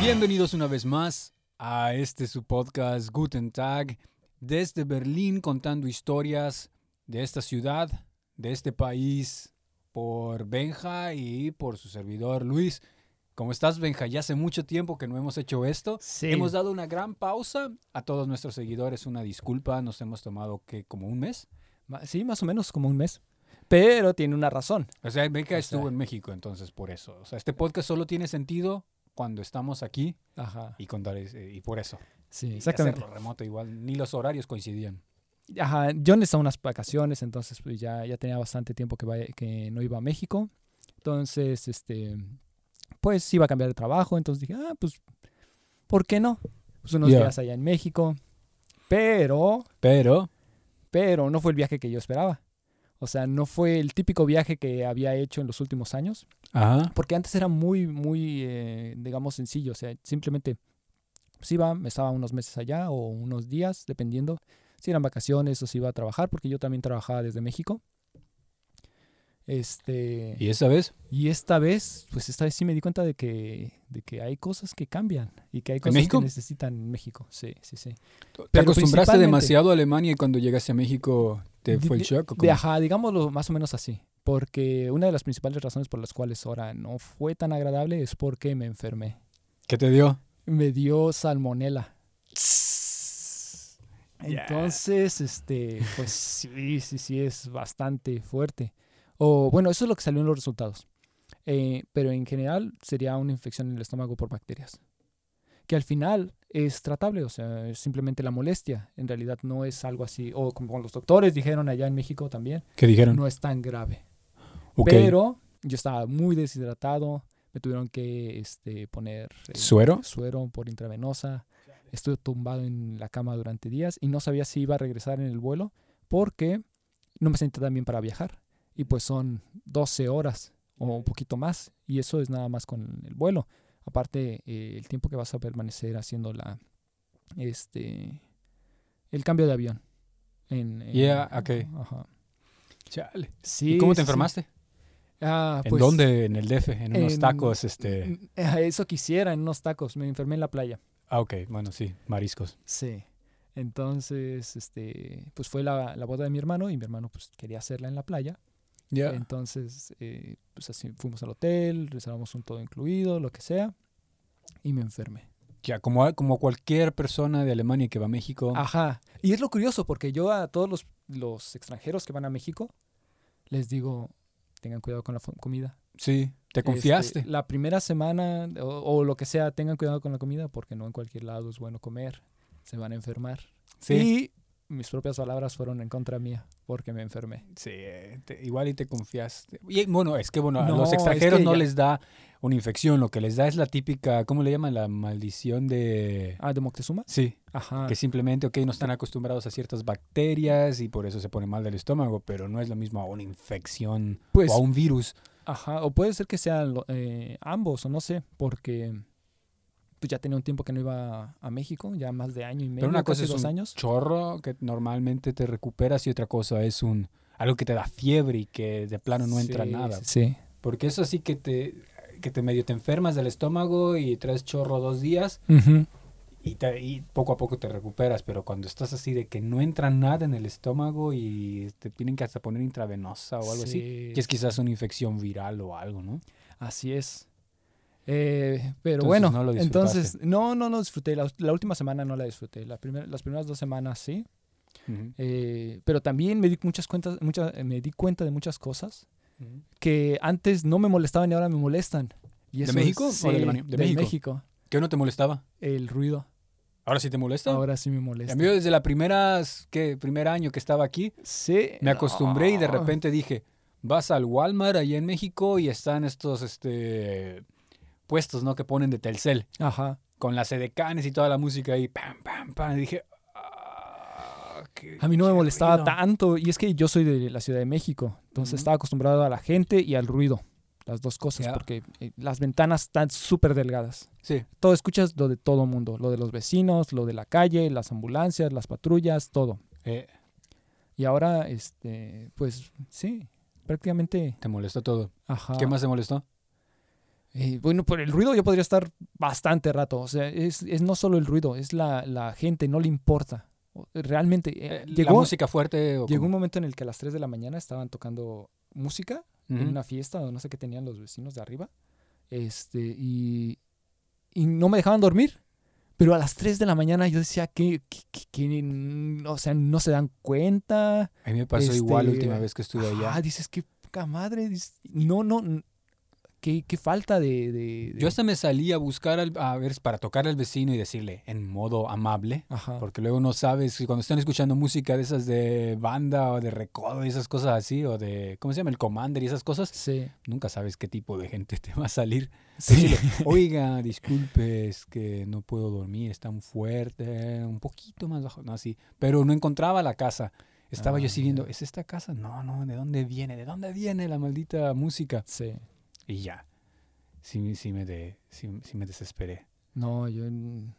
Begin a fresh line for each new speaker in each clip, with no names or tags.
Bienvenidos una vez más a este su podcast Guten Tag desde Berlín contando historias de esta ciudad, de este país por Benja y por su servidor Luis. ¿Cómo estás, Benja? Ya hace mucho tiempo que no hemos hecho esto.
Sí.
Hemos dado una gran pausa a todos nuestros seguidores, una disculpa, nos hemos tomado que como un mes.
Ma- Sí, más o menos como un mes. Pero tiene una razón.
O sea, Benja
O
estuvo
sea-
en México, entonces por eso. O sea, este podcast solo tiene sentido cuando estamos aquí
Ajá.
y contar ese- y por eso.
Sí,
Y
exactamente.
hacerlo remoto igual, ni los horarios coincidían.
Ajá, yo necesitaba unas vacaciones, entonces pues, ya, ya tenía bastante tiempo que, vaya- que no iba a México. Entonces, este, pues iba a cambiar de trabajo, entonces dije, ah, pues, ¿por qué no? Pues unos
Ya.
días allá en México. Pero,
Pero,
pero no fue el viaje que yo esperaba. O sea, no fue el típico viaje que había hecho en los últimos años.
ajá,
Porque antes era muy, muy, eh, digamos, sencillo. O sea, simplemente pues iba, me estaba unos meses allá o unos días, dependiendo si eran vacaciones o si iba a trabajar, porque yo también trabajaba desde México. Este,
y esa vez,
y esta vez, pues esta vez sí me di cuenta de que, de que hay cosas que cambian y que hay cosas
México?
que necesitan en México. Sí, sí, sí.
te
Pero
acostumbraste
principalmente-
demasiado a Alemania y cuando llegaste a México te
De-
fue el shock. ¿o
De,
cómo?
ajá, digámoslo más o menos así. Porque una de las principales razones por las cuales ahora no fue tan agradable es porque me enfermé.
¿Qué te dio?
me dio salmonela. Entonces, este, pues sí, sí, sí, es bastante fuerte. O bueno, eso es lo que salió en los resultados. Eh, pero en general sería una infección en el estómago por bacterias. Que al final es tratable, o sea, es simplemente la molestia. En realidad no es algo así. O como los doctores dijeron allá en México también,
¿Qué dijeron?
no es tan grave.
Ok,
Pero yo estaba muy deshidratado. Me tuvieron que este, poner. eh,
¿Suero?
suero por intravenosa. Estuve tumbado en la cama durante días y no sabía si iba a regresar en el vuelo porque no me sentía tan bien para viajar. Y pues son 12 horas o un poquito más. Y eso es nada más con el vuelo. Aparte, eh, el tiempo que vas a permanecer haciendo la este el cambio de avión. En, en-
Yeah, okay.
ajá.
Chale.
Sí,
eh, ¿Y cómo te
sí.
enfermaste?
Ah,
¿En
pues,
dónde? En el DF, en unos
en-
tacos, este...
Eso quisiera, en unos tacos. Me enfermé en la playa.
Ah, ok, bueno, sí, mariscos.
Sí. Entonces, este, pues fue la, la boda de mi hermano y mi hermano pues quería hacerla en la playa.
Ya.
Entonces, eh, pues así fuimos al hotel, reservamos un todo incluido, lo que sea, y me enfermé.
Ya, como, como cualquier persona de Alemania que va a México.
Ajá. Y es lo curioso porque yo a todos los, los extranjeros que van a México les digo, tengan cuidado con la fu- comida.
Sí, te
Este,
confiaste.
la primera semana o, o lo que sea, tengan cuidado con la comida porque no en cualquier lado es bueno comer, se van a enfermar.
sí,
Y mis propias palabras fueron en contra mía porque me enfermé.
sí eh, te- igual y te confiaste. Y bueno, es que bueno, a
No,
los
es
extranjeros
que
no
ya-
les da una infección, lo que les da es la típica, ¿cómo le llaman? La maldición de...
Ah, de Moctezuma.
Sí,
Ajá.
que simplemente, ok, no están acostumbrados a ciertas bacterias y por eso se pone mal del estómago, pero no es lo mismo a una infección
Pues,
o a un virus.
ajá. O puede ser que sean lo- eh, ambos, o no sé, porque pues ya tenía un tiempo que no iba a México, ya más de año y medio,
Pero una cosa
casi
es
dos
un
años.
chorro que normalmente te recuperas y otra cosa es un algo que te da fiebre y que de plano no entra
Sí,
nada.
sí, Sí.
Porque eso sí que te, que te medio te enfermas del estómago y traes chorro dos días
Ujú.
y, te- y poco a poco te recuperas. Pero cuando estás así de que no entra nada en el estómago y te tienen que hasta poner intravenosa o algo así,
Sí,
que es quizás una infección viral o algo, ¿no?
Así es. Eh, pero
Entonces,
bueno,
no lo disfrutaste.
entonces, no, no, no disfruté. La, la última semana no la disfruté. La primer- las primeras dos semanas sí. Eh, pero también me di, muchas cuentas, muchas, me di cuenta de muchas cosas que antes no me molestaban y ahora me molestan. Y
¿De
eso
México o de
es, sí,
Alemania? De
de
México.
México.
¿Qué no te molestaba?
El ruido.
¿Ahora sí te molesta?
Ahora este. sí me
Y
molesta.
a mí desde la primeras, ¿qué? primer año que estaba aquí,
Sí. Ah.
Me acostumbré y de
no.
repente dije, vas al Walmart allá en México y están estos este, puestos, ¿no? Que ponen de Telcel,
Ajá.
con las edecanes y toda la música ahí, pam, pam, pam. Y dije, "Ah, qué-
A mí no me
qué
molestaba
ruido".
tanto. Y es que yo soy de la Ciudad de México. Entonces
Ujú.
estaba acostumbrado a la gente y al ruido. Las dos cosas.
Ya.
Porque eh, las ventanas están súper delgadas.
Sí,
Todo escuchas lo de todo mundo. Lo de los vecinos, lo de la calle, las ambulancias, las patrullas, todo.
eh,
Y ahora, este, pues sí, prácticamente.
te molestó todo.
Ajá.
¿Qué más te molestó?
Eh, bueno, por el ruido yo podría estar bastante rato. O sea, es, es no solo el ruido, es la, la gente, no le importa. O- Realmente, eh,
Eh, la
llegó,
música fuerte. o
llegó un
cómo?
momento en el que a las 3 de la mañana estaban tocando música en
Ujú.
una fiesta o no sé qué tenían los vecinos de arriba. Este, y, y no me dejaban dormir. Pero a las 3 de la mañana yo decía que, que, que- que, mm, o sea, no se dan cuenta.
A mí me pasó igual la
este,
última vez que estuve allá.
Ah, dices, qué poca madre. dices, no, no, n- qué, qué falta de... de- de-
Yo hasta me salí a buscar al- a ver para tocar al vecino y decirle en modo amable,
Ajá.
porque luego no sabes si cuando están escuchando música de esas de banda o de recodo y esas cosas así o de ¿cómo se llama? el commander y esas cosas,
Sí.
nunca sabes qué tipo de gente te va a salir.
Sí.
Decirle, Oiga, disculpe, es que no puedo dormir, está muy fuerte, un poquito más bajo, no así, pero no encontraba la casa. Estaba
Ah,
yo así
ya.
viendo, ¿es esta casa? No, no, ¿de dónde viene? ¿De dónde viene la maldita música?
Sí.
Y ya. Sí, me- sí me, de- sí, sí me desesperé.
No, yo... n-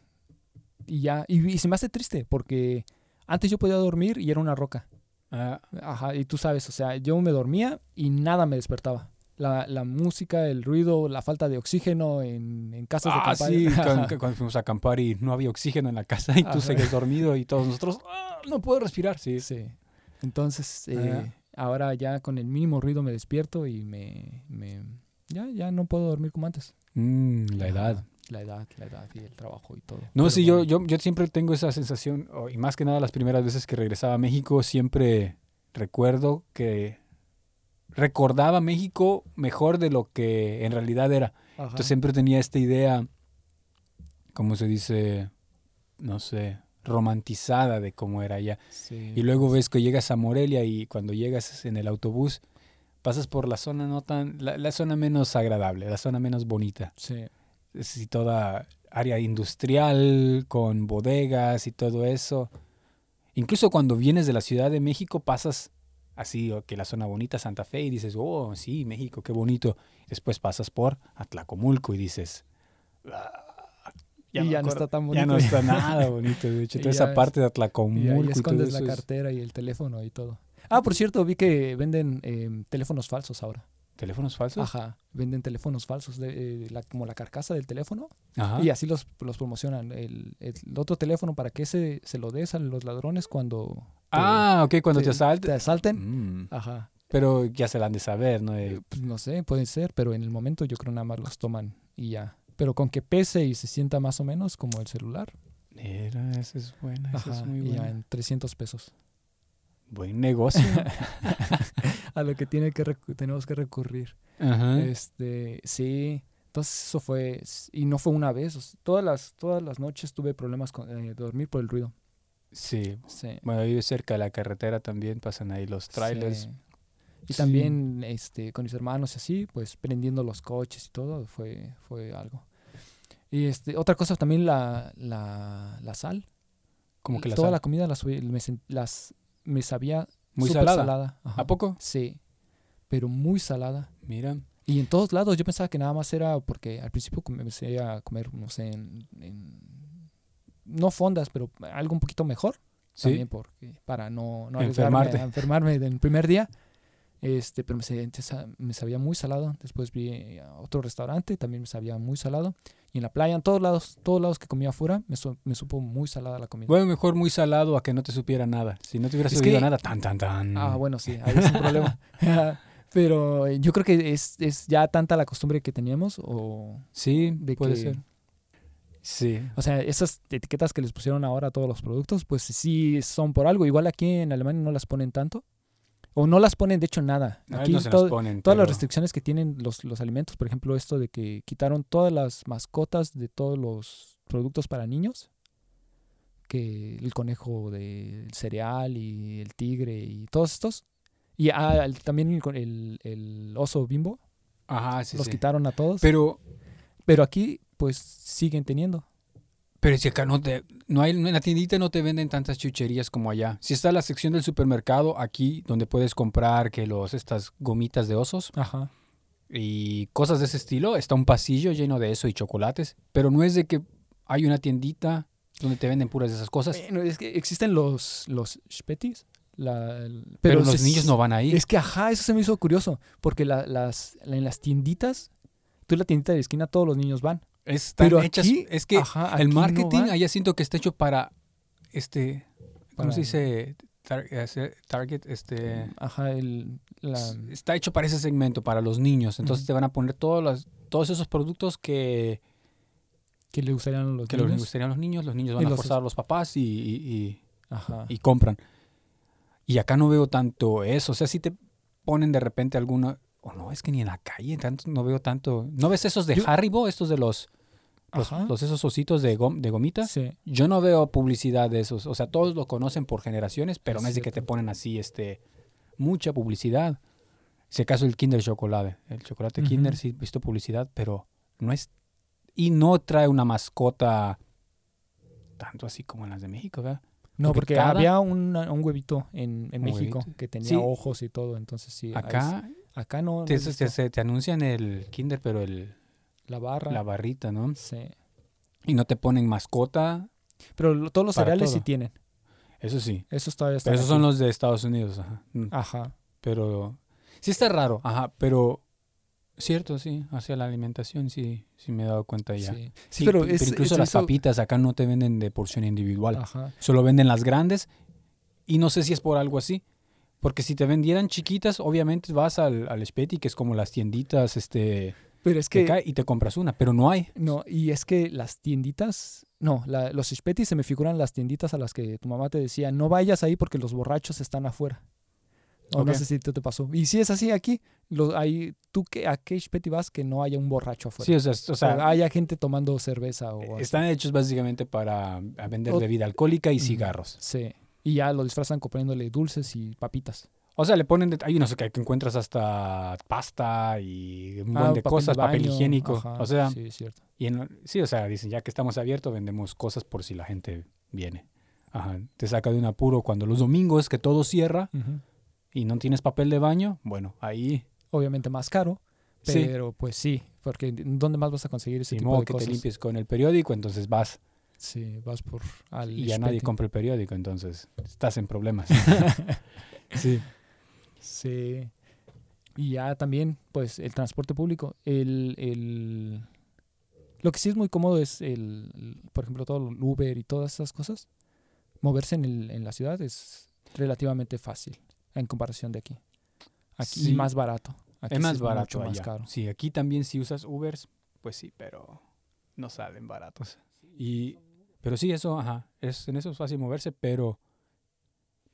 Y ya, y, y se me hace triste porque antes yo podía dormir y era una roca.
Ah,
Ajá, y tú sabes, o sea, yo me dormía y nada me despertaba. La, la música, el ruido, la falta de oxígeno en, en casas de
ah, sí,
campaña.
cuando, cuando fuimos a acampar y no había oxígeno en la casa y
Ajá.
tú seguías dormido y todos nosotros, "Ah, no puedo respirar, sí.
Sí. Entonces, eh,
Ajá.
ahora ya con el mínimo ruido me despierto y me... me- ya, ya no puedo dormir como antes.
Mm, la edad.
Ajá, La edad, la edad y el trabajo y todo.
No,
Pero
sí, yo,
bueno.
yo, yo siempre tengo esa sensación, o- y más que nada las primeras veces que regresaba a México, siempre recuerdo que recordaba México mejor de lo que en realidad era.
Ajá.
Entonces siempre tenía esta idea, como se dice, no sé, romantizada de cómo era allá.
Sí.
Y luego ves que llegas a Morelia y cuando llegas en el autobús, pasas por la zona no tan, la, la zona menos agradable, la zona menos bonita.
Sí.
Es así toda área industrial, con bodegas y todo eso. Incluso cuando vienes de la Ciudad de México, pasas así, o que la zona bonita, Santa Fe, y dices, oh, sí, México, qué bonito. Después pasas por Atlacomulco y dices, "Ah,
y
me
ya no
acuerdo,
está tan bonito.
ya no está nada bonito. De hecho,
Y
toda
ya
esa
es-
parte de
Y
Atlacomulco.
ahí
y todo
escondes la
eso es-
cartera y el teléfono y todo. Ah, por cierto, vi que venden eh, teléfonos falsos ahora.
¿Teléfonos falsos?
Ajá, venden teléfonos falsos, de, eh, la- como la carcasa del teléfono.
Ajá.
Y así los, los promocionan. El, el otro teléfono, ¿para que se, se lo des a los ladrones cuando te-
ah, ok, cuando te,
te
asalten.
asalten?
Mm,
Ajá,
Pero ya se la han de saber, ¿no? Eh,
Eh, pues no sé, puede ser, pero en el momento yo creo nada más los toman y ya. Pero con que pese y se sienta más o menos como el celular,
Era, esa es buena, esa
ajá,
es muy
y ya
buena.
en 300 pesos.
Buen negocio.
A lo que, tiene que recu- tenemos que recurrir.
Ajá.
Este, sí. Entonces eso fue, s- y no fue una vez, o sea, todas, las, todas las noches tuve problemas con eh, dormir por el ruido.
Sí.
Sí.
Bueno, vive cerca de la carretera también, pasan ahí los trailers.
sí.
Sí.
Y también este, con mis hermanos y así, pues prendiendo los coches y todo, fue, fue algo. Y este, otra cosa también la, la, la sal.
Como que la
Toda
sal-
la comida la subí- me, sen- las, me sabía
Muy
súper
salada.
ajá.
¿A poco?
Sí, pero muy salada.
Mira.
Y en todos lados, yo pensaba que nada más era porque al principio comencé a comer, no sé, en, en- no fondas, pero algo un poquito mejor.
Sí.
También porque, para no, no arriesgarme
Enfermarte.
a enfermarme del primer día. Este, pero me, sa- te sa- me sabía muy salado. Después vi a otro restaurante, también me sabía muy salado. Y en la playa, en todos lados, todos lados que comía afuera, me, su- me supo muy salada la comida.
Bueno, mejor muy salado a que no te supiera nada. Si no te hubiera
Es
subido
que-
nada, tan, tan, tan.
Ah, bueno, sí, ahí es un problema. pero eh, yo creo que es, es ya tanta la costumbre que teníamos o
Sí,
de
puede
que
ser. Sí.
O sea, esas etiquetas que les pusieron ahora a todos los productos, pues sí son por algo. Igual aquí en Alemania no las ponen tanto. O no las ponen, de hecho, nada.
A
Aquí
no se
todo-
nos ponen.
todas las
pero-
restricciones que tienen los, los alimentos, por ejemplo, esto de que quitaron todas las mascotas de todos los productos para niños, que el conejo del cereal y el tigre y todos estos. Y ah, el- también el, co- el- el oso bimbo,
Ajá, sí,
los
sí.
quitaron a todos. Pero,
Pero,
aquí, pues, siguen teniendo.
pero si acá no te. No hay, en la tiendita no te venden tantas chucherías como allá. Si está la sección del supermercado aquí, donde puedes comprar que los estas gomitas de osos.
Ajá.
y cosas de ese estilo. Está un pasillo lleno de eso y chocolates. Pero no es de que hay una tiendita donde te venden puras de esas cosas. Pero,
Bueno, es que existen los, los Spetis, la- el-
los
se-
niños no van ahí.
Es que, ajá, eso se me hizo curioso, porque la- las, en las tienditas tú la tiendita de la esquina, todos los niños van.
Están
Pero
hechas-
aquí-
es que
Ajá,
el
aquí no
marketing
va.
allá siento que está hecho para este ¿cómo
Para-
se dice? Tar- ese target este
Ajá, el, la-
s- está hecho para ese segmento, para los niños. Entonces
Ujú.
te van a poner todos los, todos esos productos que,
que le gustarían a los
que les
niños.
gustarían a los niños. Los niños van
Y
a
los-
forzar a los papás y, y-
Ajá.
y- y compran. Y acá no veo tanto eso. O sea, si te ponen de repente alguna... O no, es que ni en la calle tanto, no veo tanto... ¿No ves esos de
Yo-
Haribo? Estos de los, los,
Ajá.
los- esos ositos de, gom- de gomita.
Sí.
Yo no veo publicidad de esos. O sea, todos lo conocen por generaciones, pero
Es
no es de que te
cierto.
ponen así, este, mucha publicidad. Si acaso el Kinder Chocolate. El chocolate Kinder
Ujú.
sí he visto publicidad, pero no es. Y no trae una mascota tanto así como en las de México, ¿verdad?
No,
Porque
porque
cada-
había una- un huevito en, en
Un
México
huevito.
que tenía
Sí.
ojos y todo, entonces sí. ahí sí.
Acá
acá no. no
te,
he
se-
visto.
se- este, te anuncian el Kinder, pero el,
la barra.
la barrita, ¿no?
Sí.
Y no te ponen mascota,
Pero lo- todos los
Para
cereales sí
todo.
tienen.
eso sí.
Esos todavía están.
Pero esos son
aquí. Ah.
los de Estados Unidos, ajá. Mm.
Ajá.
Pero sí está raro, ajá, pero cierto, sí, hacia la alimentación sí, sí me he dado cuenta ya.
Sí.
Sí,
pero
pe- pero
es-
incluso
es
las
eso- Ah.
papitas acá no te venden de porción individual,
Ajá.
solo venden las grandes y no sé si es por algo así, porque si te vendieran chiquitas, obviamente vas al, al Speti, que es como las tienditas este,
Pero es
que
que.
cae y te compras una, pero no hay.
No, y es que las tienditas, no, la- los Spetis se me figuran las tienditas a las que tu mamá te decía, no vayas ahí porque los borrachos están afuera. O
Ok.
No sé si te, te pasó. Y si es así aquí, lo, ahí, ¿tú qué, a qué Speti vas que no haya un borracho afuera?
Sí, o sea, o
o sea,
sea,
haya gente tomando cerveza o así.
Eh, están hechos básicamente para mm, a vender
O-
bebida alcohólica y
Ujú.
cigarros.
Sí. Y ya lo disfrazan con poniéndole dulces y papitas.
O sea, le ponen, det- hay unos que que encuentras hasta pasta y un montón
Ah,
de
papel
cosas, papel
baño,
higiénico.
ajá,
o sea,
Sí, es cierto.
y en- sí, o sea, dicen, ya que estamos abiertos, vendemos cosas por si la gente viene. Ajá, te saca de un apuro cuando los domingos que todo cierra
Ujú.
y no tienes papel de baño, bueno, ahí,
Obviamente más caro,
Sí.
pero pues sí, porque ¿dónde más vas a conseguir ese
si
tipo
modo
de
que
cosas?
te limpies con el periódico, entonces vas
Sí, vas por al
y ya nadie
Speti.
compra el periódico, entonces estás en problemas. sí.
Sí. Y ya también, pues, el transporte público. El, el... Lo que sí es muy cómodo es, el, el- por ejemplo, todo el Uber y todas esas cosas. Moverse en, el- en la ciudad es relativamente fácil en comparación de aquí. aquí
Sí.
Y más barato. Aquí
es
sí
más barato
mucho más
allá.
caro.
Sí, aquí también si usas Ubers, pues sí, pero no salen baratos. Y, pero sí, eso, ajá, es, en eso es fácil moverse, pero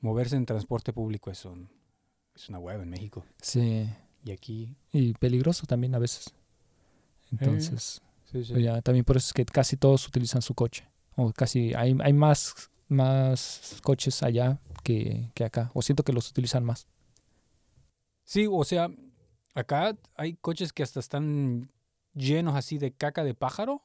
moverse en transporte público es, un, es una hueva en México.
Sí.
Y aquí...
Y peligroso también a veces.
Eh.
Entonces,
Sí, sí.
pues ya, también por eso es que casi todos utilizan su coche. O casi hay, hay más, más coches allá que, que acá. O siento que los utilizan más.
Sí, o sea, acá hay coches que hasta están llenos así de caca de pájaro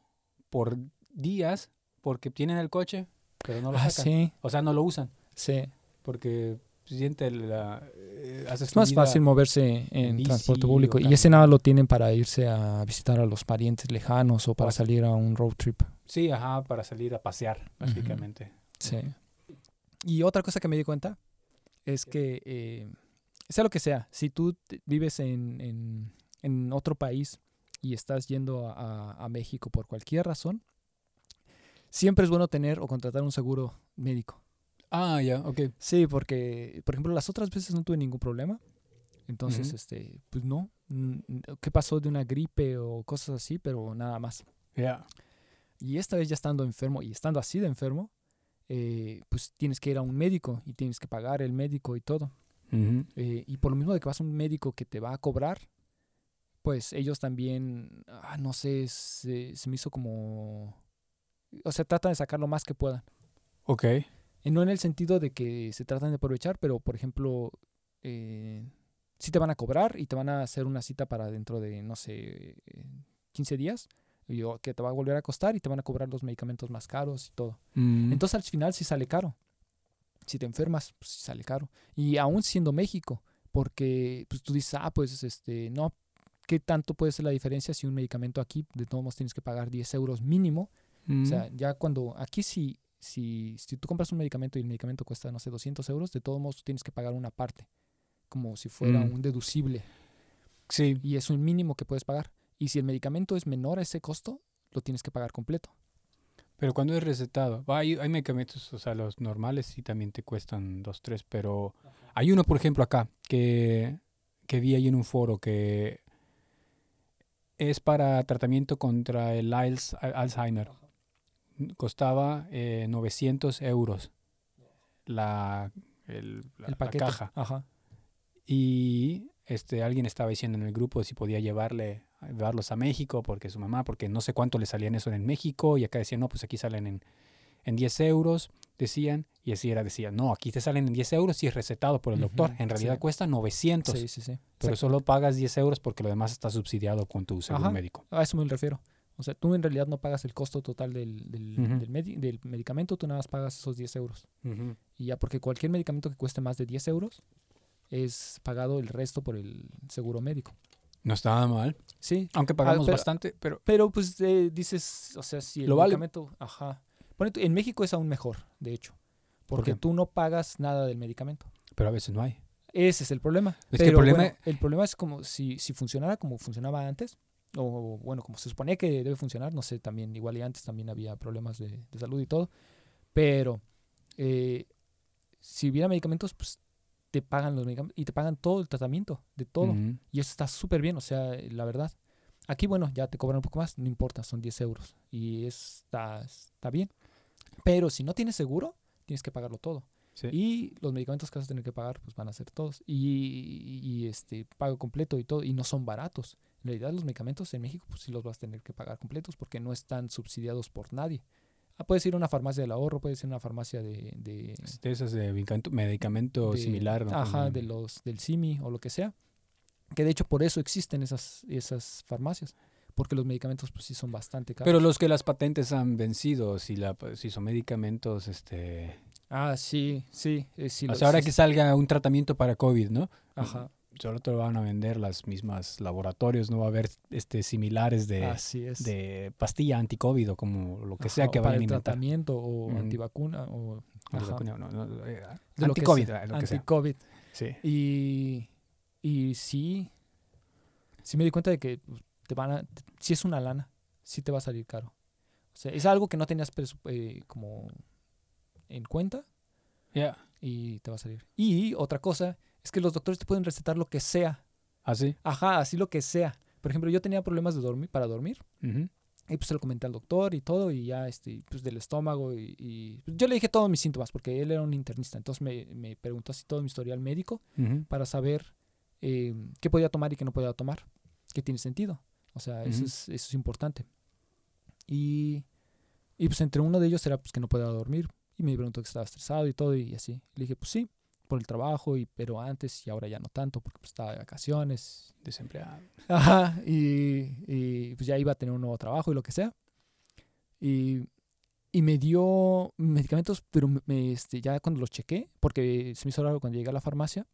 por días porque tienen el coche, pero no lo
ah,
sacan.
sí,
O sea, no lo usan
sí.
porque siente la... eh, haces
Es
tu
más
vida-
fácil moverse en
bici
transporte
o
público. Y
camión.
ese nada lo tienen para irse a visitar a los parientes lejanos o para
Pues-
salir a un road trip.
Sí, ajá, para salir a pasear, básicamente.
Sí. Y otra cosa que me di cuenta es que, eh, sea lo que sea, si tú te- vives en, en- en otro país y estás yendo a, a- a México por cualquier razón, siempre es bueno tener o contratar un seguro médico.
Ah, ya, ok.
Sí, porque, por ejemplo, las otras veces no tuve ningún problema. Entonces,
Ujú.
este, pues no. mm, ¿Qué pasó de una gripe o cosas así? Pero nada más.
Ya.
Y esta vez ya estando enfermo y estando así de enfermo, eh, pues tienes que ir a un médico y tienes que pagar el médico y todo. Eh, y por lo mismo de que vas a un médico que te va a cobrar, pues ellos también, ah, no sé, se, se me hizo como... O sea, tratan de sacar lo más que puedan.
Ok.
Eh, No en el sentido de que se tratan de aprovechar, pero por ejemplo, eh, sí te van a cobrar y te van a hacer una cita para dentro de, no sé, eh, 15 días, y, o que te va a volver a costar y te van a cobrar los medicamentos más caros y todo.
Entonces,
Entonces al final sí sale caro. Si te enfermas, pues sí sale caro. Y aún siendo México, porque pues tú dices, ah, pues este, no, ¿qué tanto puede ser la diferencia si un medicamento aquí, de todos modos, tienes que pagar 10 euros mínimo o sea,
Mm.
ya cuando aquí si, si, si tú compras un medicamento y el medicamento cuesta, no sé, 200 euros, de todos modos tú tienes que pagar una parte, como si fuera
Mm.
un deducible.
sí.
Y es un mínimo que puedes pagar. Y si el medicamento es menor a ese costo, lo tienes que pagar completo.
Pero cuando es recetado, va, hay, hay medicamentos, o sea, los normales sí también te cuestan dos, tres, pero hay uno, por ejemplo, acá, que, que vi ahí en un foro, que es para tratamiento contra el Alz- Alzheimer. Costaba eh, 900 euros la, el- la-
el
la
paquete.
caja.
Ajá.
Y este, alguien estaba diciendo en el grupo si podía llevarle, llevarlos a México, porque su mamá, porque no sé cuánto le salían eso en México, y acá decían, no, pues aquí salen en, en 10 euros, decían, y así era, decían, no, aquí te salen en 10 euros y es recetado por el
Ujú,
doctor, en realidad
sí.
cuesta 900,
Sí, sí, sí.
pero
Exacto.
solo pagas 10 euros porque lo demás está subsidiado con tu seguro
Ajá.
médico.
A eso me refiero. O sea, tú en realidad no pagas el costo total del, del,
Ujú.
del medi- del medicamento, tú nada más pagas esos 10 euros. Y ya porque cualquier medicamento que cueste más de 10 euros es pagado el resto por el seguro médico.
No está nada mal,
Sí,
aunque pagamos
pero-
bastante, pero
pero pues eh, dices, o sea, si el
Lo vale.
medicamento... Ajá. Pone tú- en México es aún mejor, de hecho,
¿Por
porque
qué?
tú no pagas nada del medicamento.
pero a veces no hay.
Ese es el problema.
Es que el
Pero bueno, el,
problema-
problema... es como si, si funcionara como funcionaba antes, o bueno, como se suponía que debe funcionar, no sé, también igual y antes también había problemas de, de salud y todo, pero eh, si hubiera medicamentos, pues te pagan los medicamentos y te pagan todo el tratamiento de todo.
Ujú.
Y eso está súper bien, o sea, la verdad. Aquí, bueno, ya te cobran un poco más, no importa, son 10 euros y está, está bien. Pero si no tienes seguro, tienes que pagarlo todo.
Sí.
Y los medicamentos que vas a tener que pagar, pues van a ser todos. Y, y, este, pago completo y todo. Y no son baratos. En realidad, los medicamentos en México, pues sí los vas a tener que pagar completos porque no están subsidiados por nadie. Ah, puedes ir a una farmacia del ahorro, puedes ir a una farmacia de. de
De Este, esas de medicamento- medicamento
de-
similar. ¿no?
Ajá,
Como-
de los, del CIMI o lo que sea. Que de hecho, por eso existen esas, esas farmacias. Porque los medicamentos, pues sí, son bastante caros.
Pero los que las patentes han vencido, si, la, si son medicamentos, este...
ah, sí, sí. eh, sí
o
lo-
sea, ahora
sí,
que
sí.
salga un tratamiento para COVID, ¿no?
Ajá,
Solo te lo van a vender las mismas laboratorios, no va a haber este, similares de,
así es.
de pastilla anti-COVID o como lo que sea
Ajá,
que
o
van a
para el
inventar. Mm.
tratamiento o
Ujú.
antivacuna o ajá,
Antivacuna, no, no, no, eh,
de lo que
Anti-COVID,
sea,
eh, lo que sea.
anti-COVID.
Sí.
Y, y sí, sí me di cuenta de que pues, te van a, si es una lana, sí te va a salir caro. O sea, es algo que no tenías presu- eh, como en cuenta
Ya.
y te va a salir. Y otra cosa es que los doctores te pueden recetar lo que sea.
¿Así?
Ajá, así lo que sea. Por ejemplo, yo tenía problemas de dormir para dormir.
Ujú.
Y pues se lo comenté al doctor y todo, y ya, este, pues del estómago. Y, y- pues, yo le dije todos mis síntomas, porque él era un internista. Entonces me, me preguntó así todo mi historial médico
Ujú.
para saber eh, qué podía tomar y qué no podía tomar, que tiene sentido. O sea, eso,
Ujú.
es, eso es importante. Y, y pues entre uno de ellos era pues, que no podía dormir. Y me preguntó que estaba estresado y todo, y así. Le dije, pues sí, por el trabajo, y, pero antes y ahora ya no tanto, porque pues, estaba de vacaciones
Desempleado.
Ajá, y, y, pues ya iba a tener un nuevo trabajo y lo que sea. Y, y me dio medicamentos, pero me- me, este, ya cuando los chequé, porque se me hizo raro cuando llegué a la farmacia,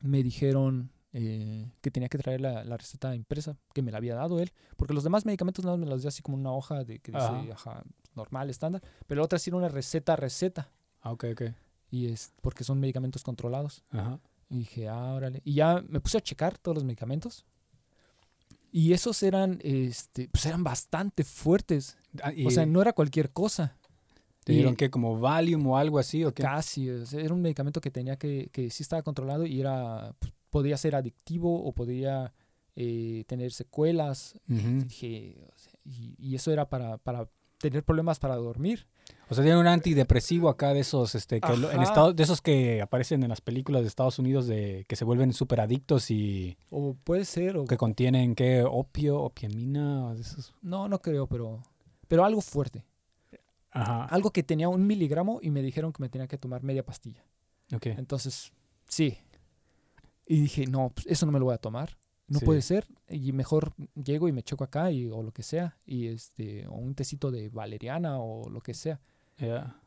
me dijeron eh, que tenía que traer la, la receta impresa, que me la había dado él, porque los demás medicamentos nada más me los dio así como una hoja de, que dice,
Ajá.
ajá, normal, estándar, pero la otra sí era una receta, receta,
Ah, ok, ok.
y es porque son medicamentos controlados.
Ajá.
Y dije, ah, órale. Y ya me puse a checar todos los medicamentos. Y esos eran, este, pues eran bastante fuertes.
Ah, y
O sea, no era cualquier cosa.
¿Te
y-
dieron que como Valium o algo así o qué?
Casi. o sea, era un medicamento que tenía que, que sí estaba controlado y era, pues, podía ser adictivo o podía eh, tener secuelas.
Ujú.
Dije, o sea, y, y eso era para, para tener problemas para dormir.
O sea, tiene un antidepresivo acá de esos, este, que lo- en
Ajá.
Estados, de esos que aparecen en las películas de Estados Unidos de que se vuelven súper adictos y
O puede ser, o
que contienen qué opio, opiamina, o de esos.
no, no creo, pero, pero algo fuerte.
Ajá.
Algo que tenía un miligramo y me dijeron que me tenía que tomar media pastilla.
Ok.
Entonces, sí. Y dije, no, pues, eso no me lo voy a tomar. No
Sí.
puede ser. Y mejor llego y me choco acá y, o lo que sea. Y este, o un tecito de valeriana o lo que sea.
Ya.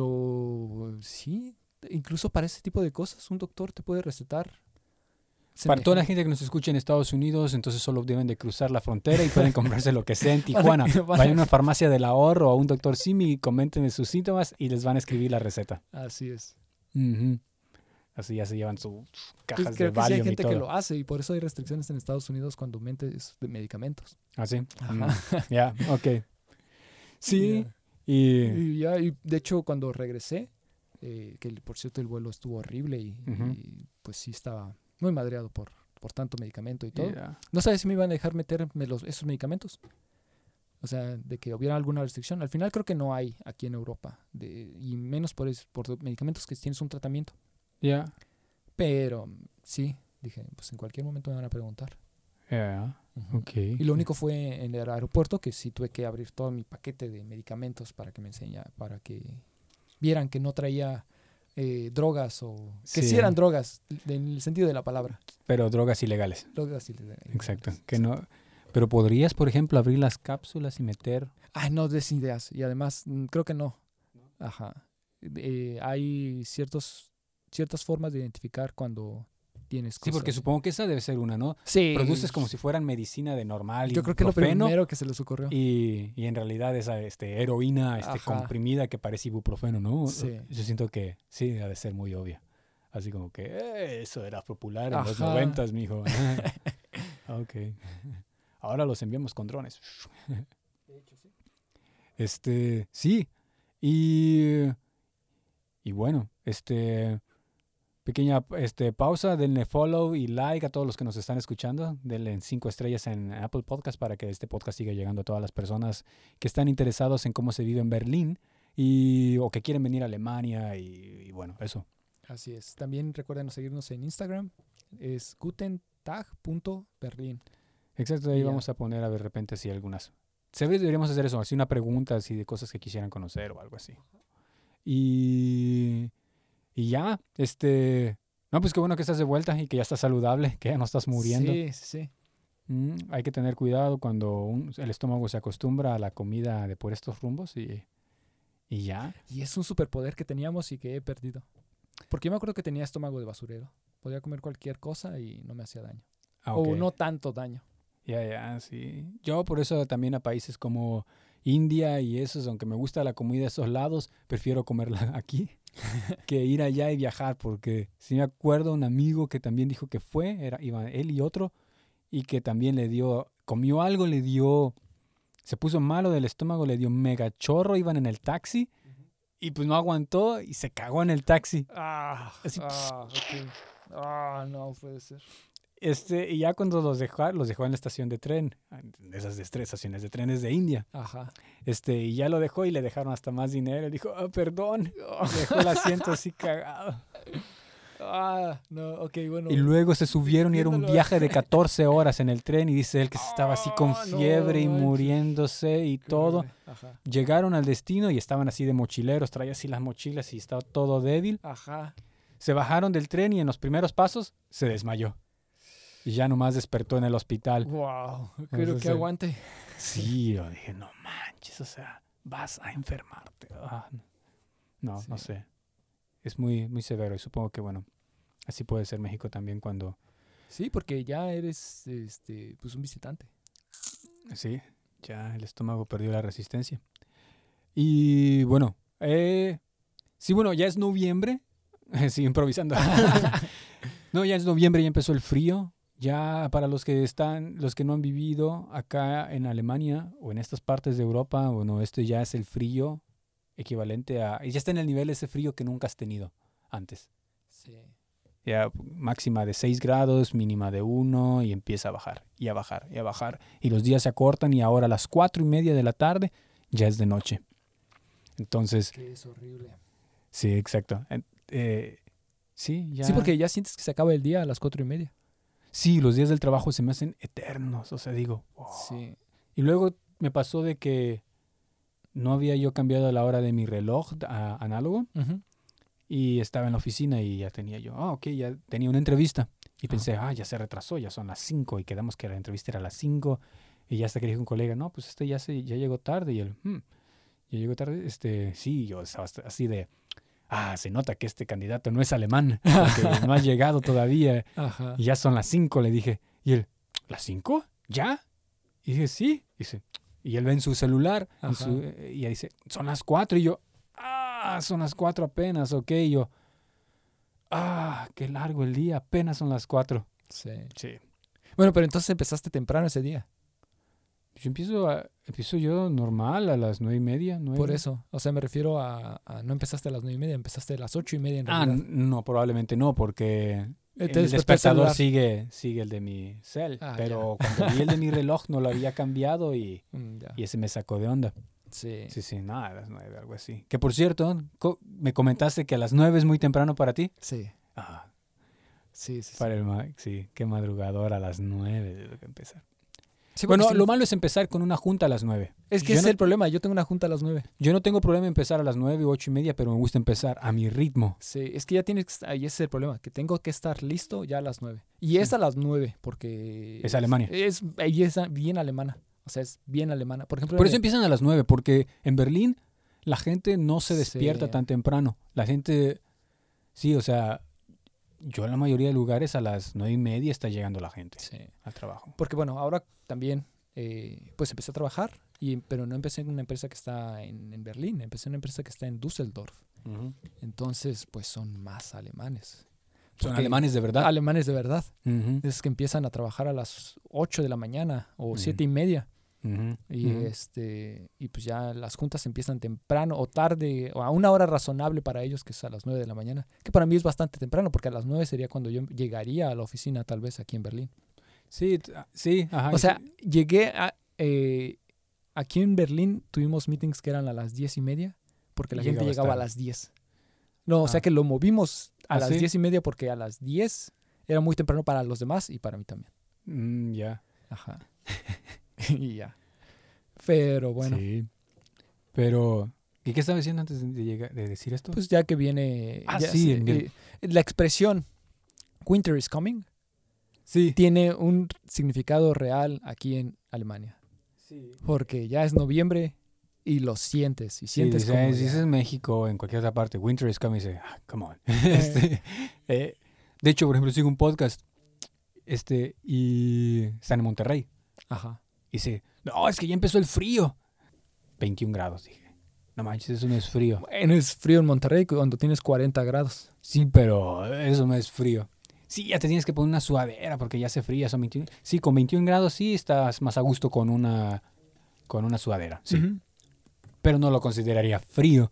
Pero sí, incluso para ese tipo de cosas, un doctor te puede recetar.
Para toda la
semejante-
gente que nos escucha en Estados Unidos, entonces solo deben de cruzar la frontera y pueden comprarse lo que sea en Tijuana.
Van a- van a-
Vayan a una farmacia del ahorro o a un doctor Simi y comenten sus síntomas y les van a escribir la receta.
Así es.
Ujú. Así ya se llevan sus
Pues
cajas de
creo que sí hay
Valium
gente
y todo.
que lo hace y por eso hay restricciones en Estados Unidos cuando metes de medicamentos.
¿Ah, sí?
Ajá.
Mm, Ya, ok. Sí,
Ya.
y...
Y ya, y de hecho, cuando regresé, eh, que el- por cierto el vuelo estuvo horrible y,
Ujú.
y, pues sí estaba muy madreado por, por tanto medicamento y todo.
ya.
No sabía si me iban a dejar meterme los, esos medicamentos. O sea, de que hubiera alguna restricción. Al final creo que no hay aquí en Europa. de- y menos por, es- por medicamentos que tienes un tratamiento.
Ya.
Pero sí, dije, pues en cualquier momento me van a preguntar.
Ya,
Ujú.
ok.
Y lo único fue en el aeropuerto que sí tuve que abrir todo mi paquete de medicamentos para que me enseña, para que vieran que no traía eh, drogas o que sí.
Sí.
eran drogas l- en el sentido de la palabra.
Pero drogas ilegales.
Drogas eh, ilegales.
Exacto. Que no... Pero podrías, por ejemplo, abrir las cápsulas y meter...
Ay, ah, no des ideas. Y además mm, creo que no. Ajá. Eh, hay ciertos ciertas formas de identificar cuando tienes
Sí,
cosas.
porque supongo que esa debe ser una, ¿no?
Sí.
Produces como si fueran medicina de normal.
Yo creo que lo
ibuprofeno
primero que se les ocurrió.
Y, y en realidad esa este, heroína este,
Ajá.
comprimida que parece ibuprofeno, ¿no?
Sí.
Yo siento que sí, ha de ser muy obvia. Así como que "Eh, eso era popular en los
Ajá.
noventas, mijo. Ah, ok. Ahora los enviamos con drones. Este, sí. Y, y bueno, este pequeña este, pausa, denle follow y like a todos los que nos están escuchando, denle cinco estrellas en Apple Podcast para que este podcast siga llegando a todas las personas que están interesados en cómo se vive en Berlín y o que quieren venir a Alemania y, y bueno, eso.
Así es. También recuerden seguirnos en Instagram. Es gutentag.berlin.
Exacto, ahí
Ya.
vamos a poner a ver de repente si algunas. Se ve, deberíamos hacer eso, así una pregunta así de cosas que quisieran conocer o algo así. Y, y ya, este, no, pues qué bueno que estás de vuelta y que ya estás saludable, que ya no estás muriendo.
Sí, sí. sí.
Mm, hay que tener cuidado cuando un- el estómago se acostumbra a la comida de por estos rumbos y, y ya.
Y es un superpoder que teníamos y que he perdido. Porque yo me acuerdo que tenía estómago de basurero. Podía comer cualquier cosa y no me hacía daño.
Ah,
O
ok.
no tanto daño.
Ya, ya, sí. Yo por eso también a países como India y esos, aunque me gusta la comida de esos lados, prefiero comerla aquí que ir allá y viajar, porque si me acuerdo un amigo que también dijo que fue, era, iba él y otro, y que también le dio, comió algo, le dio, se puso malo del estómago, le dio mega chorro, iban en el taxi, y pues no aguantó y se cagó en el taxi.
Ah,
Así,
ah, ok. Ah, no puede ser.
Este, y ya cuando los dejó, los dejó en la estación de tren, de esas de tres estaciones de trenes de India.
Ajá.
Este, y ya lo dejó y le dejaron hasta más dinero. Y dijo, ah, perdón. Y Dejó el asiento así cagado.
Ah, no, ok, bueno.
Y luego se subieron y era un
Viéndolo.
viaje de 14 horas en el tren. Y dice él que estaba así con
Ah, no
fiebre y
manches.
muriéndose y
qué
todo.
horrible. Ajá.
Llegaron al destino y estaban así de mochileros, traía así las mochilas y estaba todo débil.
Ajá.
Se bajaron del tren y en los primeros pasos se desmayó. Y ya nomás despertó en el hospital.
Wow. Creo
es
que
el-
aguante.
Sí, yo dije, no manches, o sea, vas a enfermarte. Ah, no. no, no
Sí.
sé. Es muy, muy severo y supongo que, bueno, así puede ser México también cuando...
Sí, porque ya eres este, pues un visitante.
Sí, ya el estómago perdió la resistencia. Y bueno, eh, sí, bueno, ya es noviembre. Sí, improvisando. no, ya es noviembre, ya empezó el frío. Ya para los que están, los que no han vivido acá en Alemania o en estas partes de Europa, bueno, este ya es el frío equivalente a. y Ya está en el nivel ese frío que nunca has tenido antes.
Sí.
Ya máxima de 6 grados, mínima de 1 y empieza a bajar y a bajar y a bajar. Y los días se acortan y ahora a las 4 y media de la tarde ya es de noche. Entonces,
Que es horrible.
sí, exacto. En- eh, sí, ya.
Sí, porque ya sientes que se acaba el día a las cuatro y media.
Sí, los días del trabajo se me hacen eternos. O sea, digo. "Oh".
Sí.
Y luego me pasó de que no había yo cambiado la hora de mi reloj a análogo. y estaba en la oficina y ya tenía yo, ah, ok, ya tenía una entrevista. Y
Ajá.
pensé, ah, ya se retrasó, ya son las 5 y quedamos que la entrevista era a las 5 y ya hasta que le dije a un colega, no, pues este ya, se, ya llegó tarde y él, "Hmm, ya llegó tarde, este, sí, yo estaba hasta- así de, ah, se nota que este candidato no es alemán, porque no ha llegado todavía
Ajá.
y ya son las 5, le dije. Y él, ¿las 5? ¿Ya? Y dije, sí. Dice, y él ve en su celular en
Ajá.
su- eh, y ahí dice, son las 4. Y yo, ah, son las 4 apenas, ok. Y yo, ah, qué largo el día, apenas son las 4.
Sí.
Sí.
Bueno, pero entonces empezaste temprano ese día.
Yo empiezo, a- empiezo yo normal a las nueve y media. nueve.
Por eso. O sea, me refiero a, a no empezaste a las nueve y media, empezaste a las ocho y media en
Ah,
realidad.
n- no, probablemente no, porque
Eh, te
el
despertó el
despertador
celular.
sigue, sigue el de mi cel.
Ah,
pero cuando vi el de mi reloj no lo había cambiado y,
Mm, ya.
y ese me sacó de onda.
Sí.
Sí, sí, nada, a las nueve, algo así. Que por cierto, co- me comentaste que a las nueve es muy temprano para ti.
Sí.
Ah,
Sí, sí, sí.
para el Mac, sí, qué madrugador a las nueve debe que empezar.
Sí, porque
Bueno,
sí,
lo malo es empezar con una junta a las nueve.
es que
yo
ese es
no-
el problema. Yo tengo una junta a las nueve.
Yo no tengo problema en empezar a las nueve o ocho y media, pero me gusta empezar a mi ritmo.
Sí, es que ya tienes que estar, ahí ese es el problema, que tengo que estar listo ya a las 9. Y es a las 9 porque...
Es Alemania.
Es, ahí es a- bien alemana, o sea, es bien alemana. Por ejemplo,
Por
en
eso
el-
empiezan a las 9, porque en Berlín la gente no se
Sí.
despierta tan temprano. La gente, sí, o sea, yo en la mayoría de lugares a las nueve y media está llegando la gente
Sí.
al trabajo.
Porque bueno, ahora también, eh, pues empecé a trabajar, y, pero no empecé en una empresa que está en, en Berlín, empecé en una empresa que está en Düsseldorf. Entonces, pues son más alemanes.
Son
Ok.
alemanes de verdad.
Alemanes de verdad.
Ujú,
Es que empiezan a trabajar a las 8 de la mañana o
Ujú.
siete y media.
ujú,
Y
ujú.
este y pues ya las juntas empiezan temprano o tarde o a una hora razonable para ellos que es a las 9 de la mañana, que para mí es bastante temprano porque a las 9 sería cuando yo llegaría a la oficina tal vez aquí en Berlín.
Sí, t- ah, sí, ajá.
o sea, llegué a eh, aquí en Berlín tuvimos meetings que eran a las 10 y media porque la gente
Llegabas
llegaba
tarde.
a las 10. No, o sea
Ah.
que lo movimos a
Ah,
las
¿sí?
10 y media porque a las 10 era muy temprano para los demás y para mí también.
Mm, ya.
Ajá. y ya. Pero bueno.
Sí. Pero, ¿y qué estaba diciendo antes de, llegar, de decir esto?
Pues ya que viene.
Ah,
ya
sí,
se-
en Vietnam.
eh, la expresión Winter is coming
sí.
tiene un significado real aquí en Alemania. Porque ya es noviembre y lo sientes. Y
Sí,
sientes
dice,
como
"Ah, si
ya-
es en México o en cualquier otra parte, Winter is coming, dice, "Ah, come on. Este, eh, de hecho, por ejemplo, sigo un podcast este, y están en Monterrey.
Eh, Ajá.
Y dice, no, es que ya empezó el frío. 21 grados, dije. No manches, eso no es frío.
Bueno, es frío en Monterrey cuando tienes 40 grados.
Sí, pero eso no es frío. Sí, ya te tienes que poner una sudadera porque ya hace frío, son 21. Sí, con 21 grados sí estás más a gusto con una, con una sudadera. Sí.
Ujú.
pero no lo consideraría frío.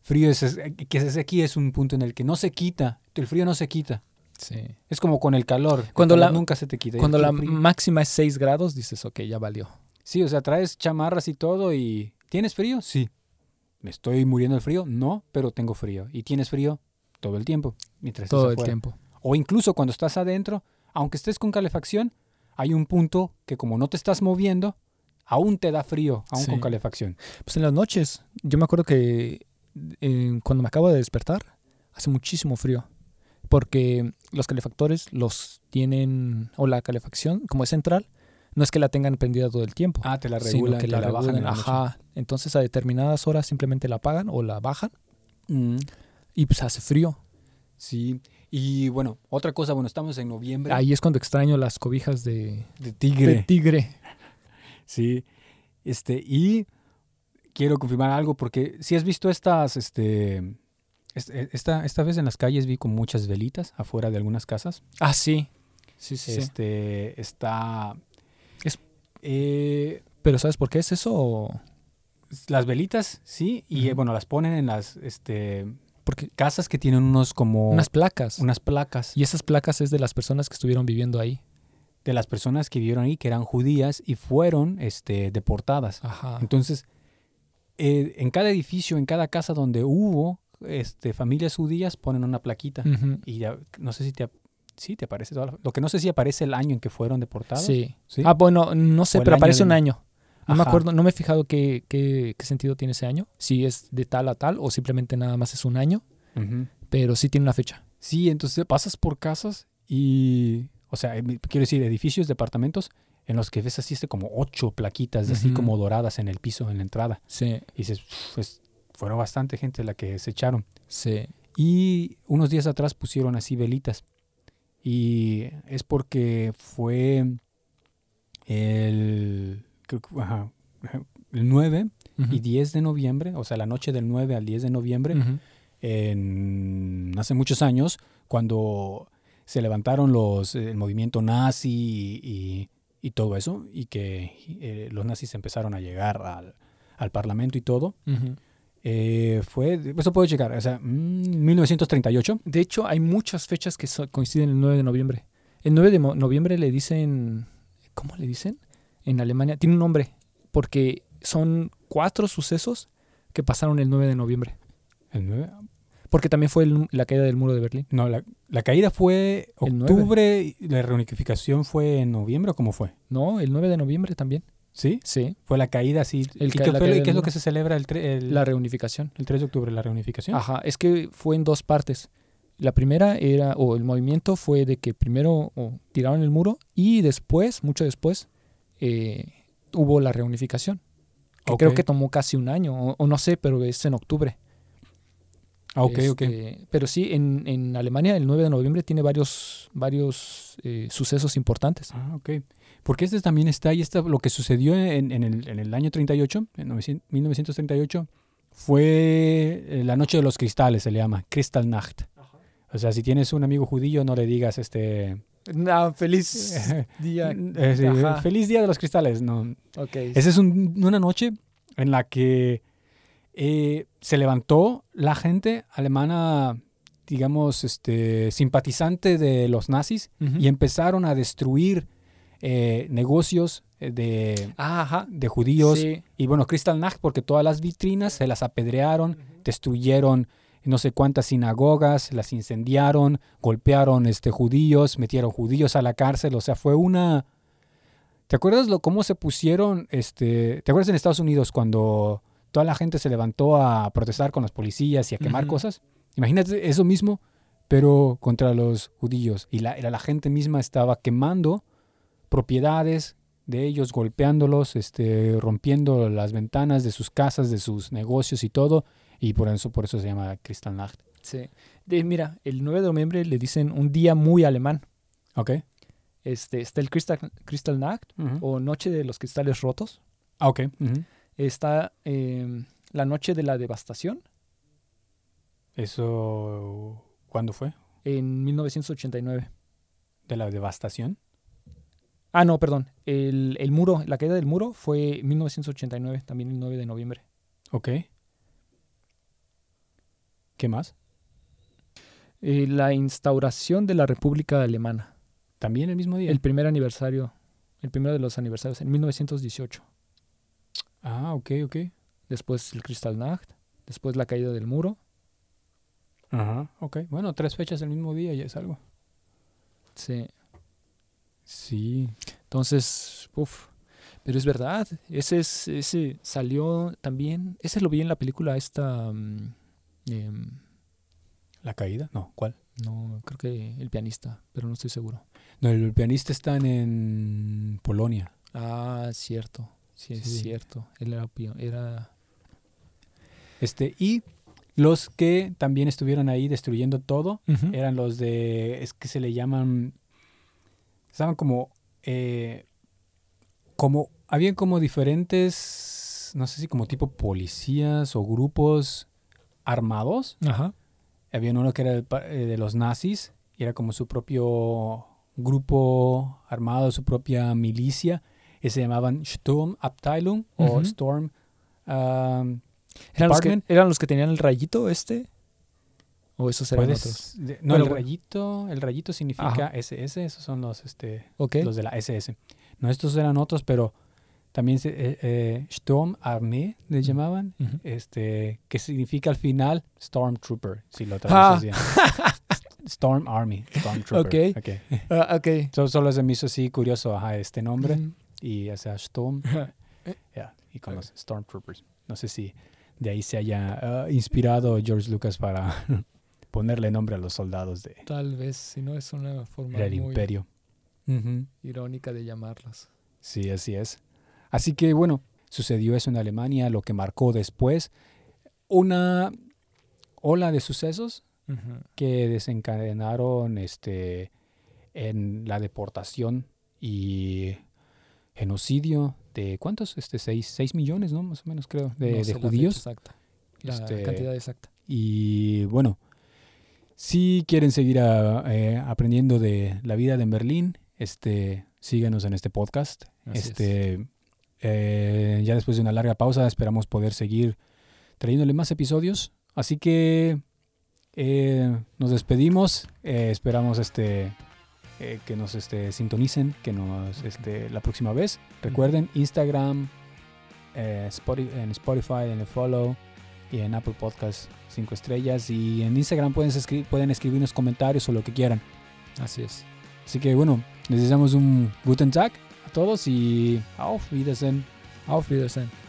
Frío es, es- que es aquí es un punto en el que no se quita, el frío no se quita.
Sí.
Es como con el calor, el
Cuando la-
calor nunca se te quita. y
Cuando
aquí
la
el frío-
máxima es 6 grados, dices, ok, ya valió.
Sí, o sea, traes chamarras y todo y ¿tienes frío? Sí. ¿Me estoy muriendo de frío? No, pero tengo frío. ¿Y tienes frío? Todo el tiempo, mientras estés
Todo el
afuera.
tiempo.
O incluso cuando estás adentro, aunque estés con calefacción, hay un punto que como no te estás moviendo, aún te da frío, aún
Sí.
con calefacción.
Pues en las noches, yo me acuerdo que eh, cuando me acabo de despertar, hace muchísimo frío. Porque los calefactores los tienen, o la calefacción, como es central, no es que la tengan prendida todo el tiempo.
Ah, te la
sino
regulan,
que
te
la,
la bajan
regulan,
en la noche.
Ajá. Entonces a determinadas horas simplemente la apagan o la bajan
Mm.
y pues hace frío.
Sí, y bueno, otra cosa, bueno, estamos en noviembre.
Ahí es cuando extraño las cobijas de,
de
de
tigre.
tigre.
sí, este, y quiero confirmar algo, porque si has visto estas, este, es- e- esta, esta vez en las calles vi con muchas velitas afuera de algunas casas.
Ah, sí. Sí, sí, sí.
Este, está...
Es-
eh,
Pero ¿sabes por qué es eso? o-
las velitas, sí, y eh,
Ujú.
bueno, las ponen en las, este,
Porque
casas que tienen unos como...
unas placas.
unas placas
Y esas placas es de las personas que estuvieron viviendo ahí.
de las personas que vivieron ahí que eran judías y fueron este, deportadas.
Ajá.
Entonces, eh, en cada edificio, en cada casa donde hubo este, familias judías, ponen una plaquita.
Ujú.
Y ya, no sé si te, ap- sí, te aparece toda la- Lo que no sé si aparece el año en que fueron deportados.
Sí.
¿Sí?
Ah, bueno, no sé,
O el
pero
año
aparece
del-
un año. No me
Ajá.
acuerdo, no me he fijado qué, qué, qué sentido tiene ese año. Si es de tal a tal o simplemente nada más es un año,
Ujú.
pero sí tiene una fecha.
Sí, entonces pasas por casas y, o sea, em- quiero decir, edificios, departamentos, en los que ves así este, como ocho plaquitas, así
Ujú.
como doradas en el piso, en la entrada.
Sí,
Y dices, "Uf, pues fueron bastante gente la que se echaron.
sí.
Y unos días atrás pusieron así velitas. Y es porque fue el, creo que- ajá, ajá, el 9 y 10 de noviembre, o sea, la noche del 9 al 10 de noviembre, en- hace muchos años, cuando se levantaron los, el movimiento nazi y, y todo eso, y que eh, los nazis empezaron a llegar al, al Parlamento y todo.
Ujú.
eh, fue, eso puedo checar, o sea, mm, 1938.
De hecho, hay muchas fechas que so- coinciden el 9 de noviembre. El 9 de mo- noviembre le dicen, ¿cómo le dicen? En Alemania, tiene un nombre, porque son cuatro sucesos que pasaron el 9 de noviembre.
El 9,
Porque también fue el- la caída del muro de Berlín.
no, la, la caída fue
El nueve.
octubre, y la reunificación fue en noviembre, ¿o ¿cómo fue?
No, el 9 de noviembre también.
¿Sí?
Sí,
Fue la caída, sí. ¿Y
El ca-
qué,
la
fue-
caída
y
del
qué es lo
muro.
que se celebra el, tre- el-
la Ah, reunificación.
el 3 de octubre, la reunificación?
Ajá, es que fue en dos partes. La primera era, o el movimiento fue de que primero o, tiraron el muro y después, mucho después, eh, hubo la reunificación. Que creo
Ok.
que tomó casi un año, o, o no sé, pero es en octubre.
Ah, ok, ok.
Este, Pero sí, en, en Alemania el 9 de noviembre tiene varios, varios eh, sucesos importantes.
Ah, ok. Porque este también está ahí, está, lo que sucedió en, en el, en el año 38, en 900 1938, fue eh, la noche de los cristales, se le llama, Kristallnacht. O sea, si tienes un amigo judío, no le digas este...
No, feliz día.
eh, sí,
ajá.
feliz día de los cristales, no,
Ok.
Esa es un- una noche en la que eh, se levantó la gente alemana, digamos, este, simpatizante de los nazis
Ujú.
y empezaron a destruir eh, negocios eh, de,
Ah, ajá.
de judíos.
Sí.
Y bueno, Kristallnacht, porque todas las vitrinas se las apedrearon, destruyeron no sé cuántas sinagogas, las incendiaron, golpearon este, judíos, metieron judíos a la cárcel. O sea, fue una... ¿Te acuerdas lo, cómo se pusieron, este, te acuerdas en Estados Unidos cuando toda la gente se levantó a protestar con las policías y a quemar
Ujú.
cosas? Imagínate eso mismo, pero contra los judíos. Y la, la- la gente misma estaba quemando propiedades de ellos, golpeándolos, este, rompiendo las ventanas de sus casas, de sus negocios y todo. Y por eso, por eso se llama Kristallnacht.
Sí. De- mira, el 9 de noviembre le dicen un día muy alemán.
¿Ok?
Este, está el Kristall, Kristallnacht
Ujú.
o Noche de los Cristales Rotos.
Ah, ok. Ujú.
Está eh, la Noche de la Devastación
Eso, ¿cuándo fue?
en 1989.
De la devastación.
Ah, no, perdón. El, el muro, la caída del muro fue 1989, también el 9 de noviembre.
Ok. ¿Qué más?
Eh, la instauración de la República Alemana.
También el mismo día.
El primer aniversario, el primero de los aniversarios, en 1918.
Ah, ok, ok.
Después el Kristallnacht, después la caída del muro.
Ajá. Ok. Bueno, tres fechas el mismo día ya es algo.
Sí.
Sí.
Entonces, uff. Pero es verdad, ese es, ese salió también, ese lo vi en la película esta, mm, em,
¿La caída? No, ¿cuál?
no, creo que el pianista, pero no estoy seguro.
No, el pianista está en Polonia.
Ah, cierto, sí, es
Sí.
cierto, él era, pio- era
Este, y los que también estuvieron ahí destruyendo todo eran los de. Es que se le llaman. Estaban como. eh, como. Habían como diferentes. No sé si como tipo policías o grupos armados.
Ajá,
Había uno que era el pa- eh, de los nazis y era como su propio grupo armado, su propia milicia. Y se llamaban Sturmabteilung o
Ujú.
Storm. um,
eran los, que,
Department.
eran los que tenían el rayito este, o esos eran
Puedes-
otros,
pues, de- no,
Bueno,
el
bueno.
rayito, el rayito significa SS, esos son los, este,
¿ok?
los de la SS. No, estos eran otros, pero también se, eh, eh, Sturmarmee
Mm.
le llamaban,
Ujú.
este, que significa al final Stormtrooper, si lo
Ah.
traduces bien. Storm Army, Stormtrooper.
Ok. Ah, ok.
So- solo se me hizo así curioso, ajá, este nombre.
Ujú.
Y, o sea, Storm,
Eh.
yeah, y con
Mm. Ok.
los Stormtroopers. No sé si de ahí se haya ah, inspirado George Lucas para ponerle nombre a los soldados de,
Tal vez, si no es una forma
del
muy
imperio. Ujú.
irónica de llamarlas.
Sí, así es. Así que bueno, sucedió eso en Alemania, lo que marcó después una ola de sucesos que desencadenaron este, en la deportación y genocidio de cuántos, este, seis, seis millones, ¿no? Más o menos creo, de,
No
de
sé la fecha
judíos.
exacta, la
Este,
cantidad exacta.
Y bueno, si quieren seguir a- eh, aprendiendo de la vida de en Berlín, este, síganos en este podcast.
Así es.
este, eh, ya después de una larga pausa esperamos poder seguir trayéndole más episodios. Así que eh, nos despedimos. eh, esperamos este, eh, que nos este, sintonicen, que nos este, la próxima vez. Recuerden Instagram, eh, Spoti- en Spotify, en el follow y en Apple Podcast 5 estrellas. Y en Instagram pueden, escri- pueden escribirnos comentarios o lo que quieran.
Así es.
Así que bueno, les deseamos un guten Tag a todos y auf Wiedersehen.
Auf Wiedersehen.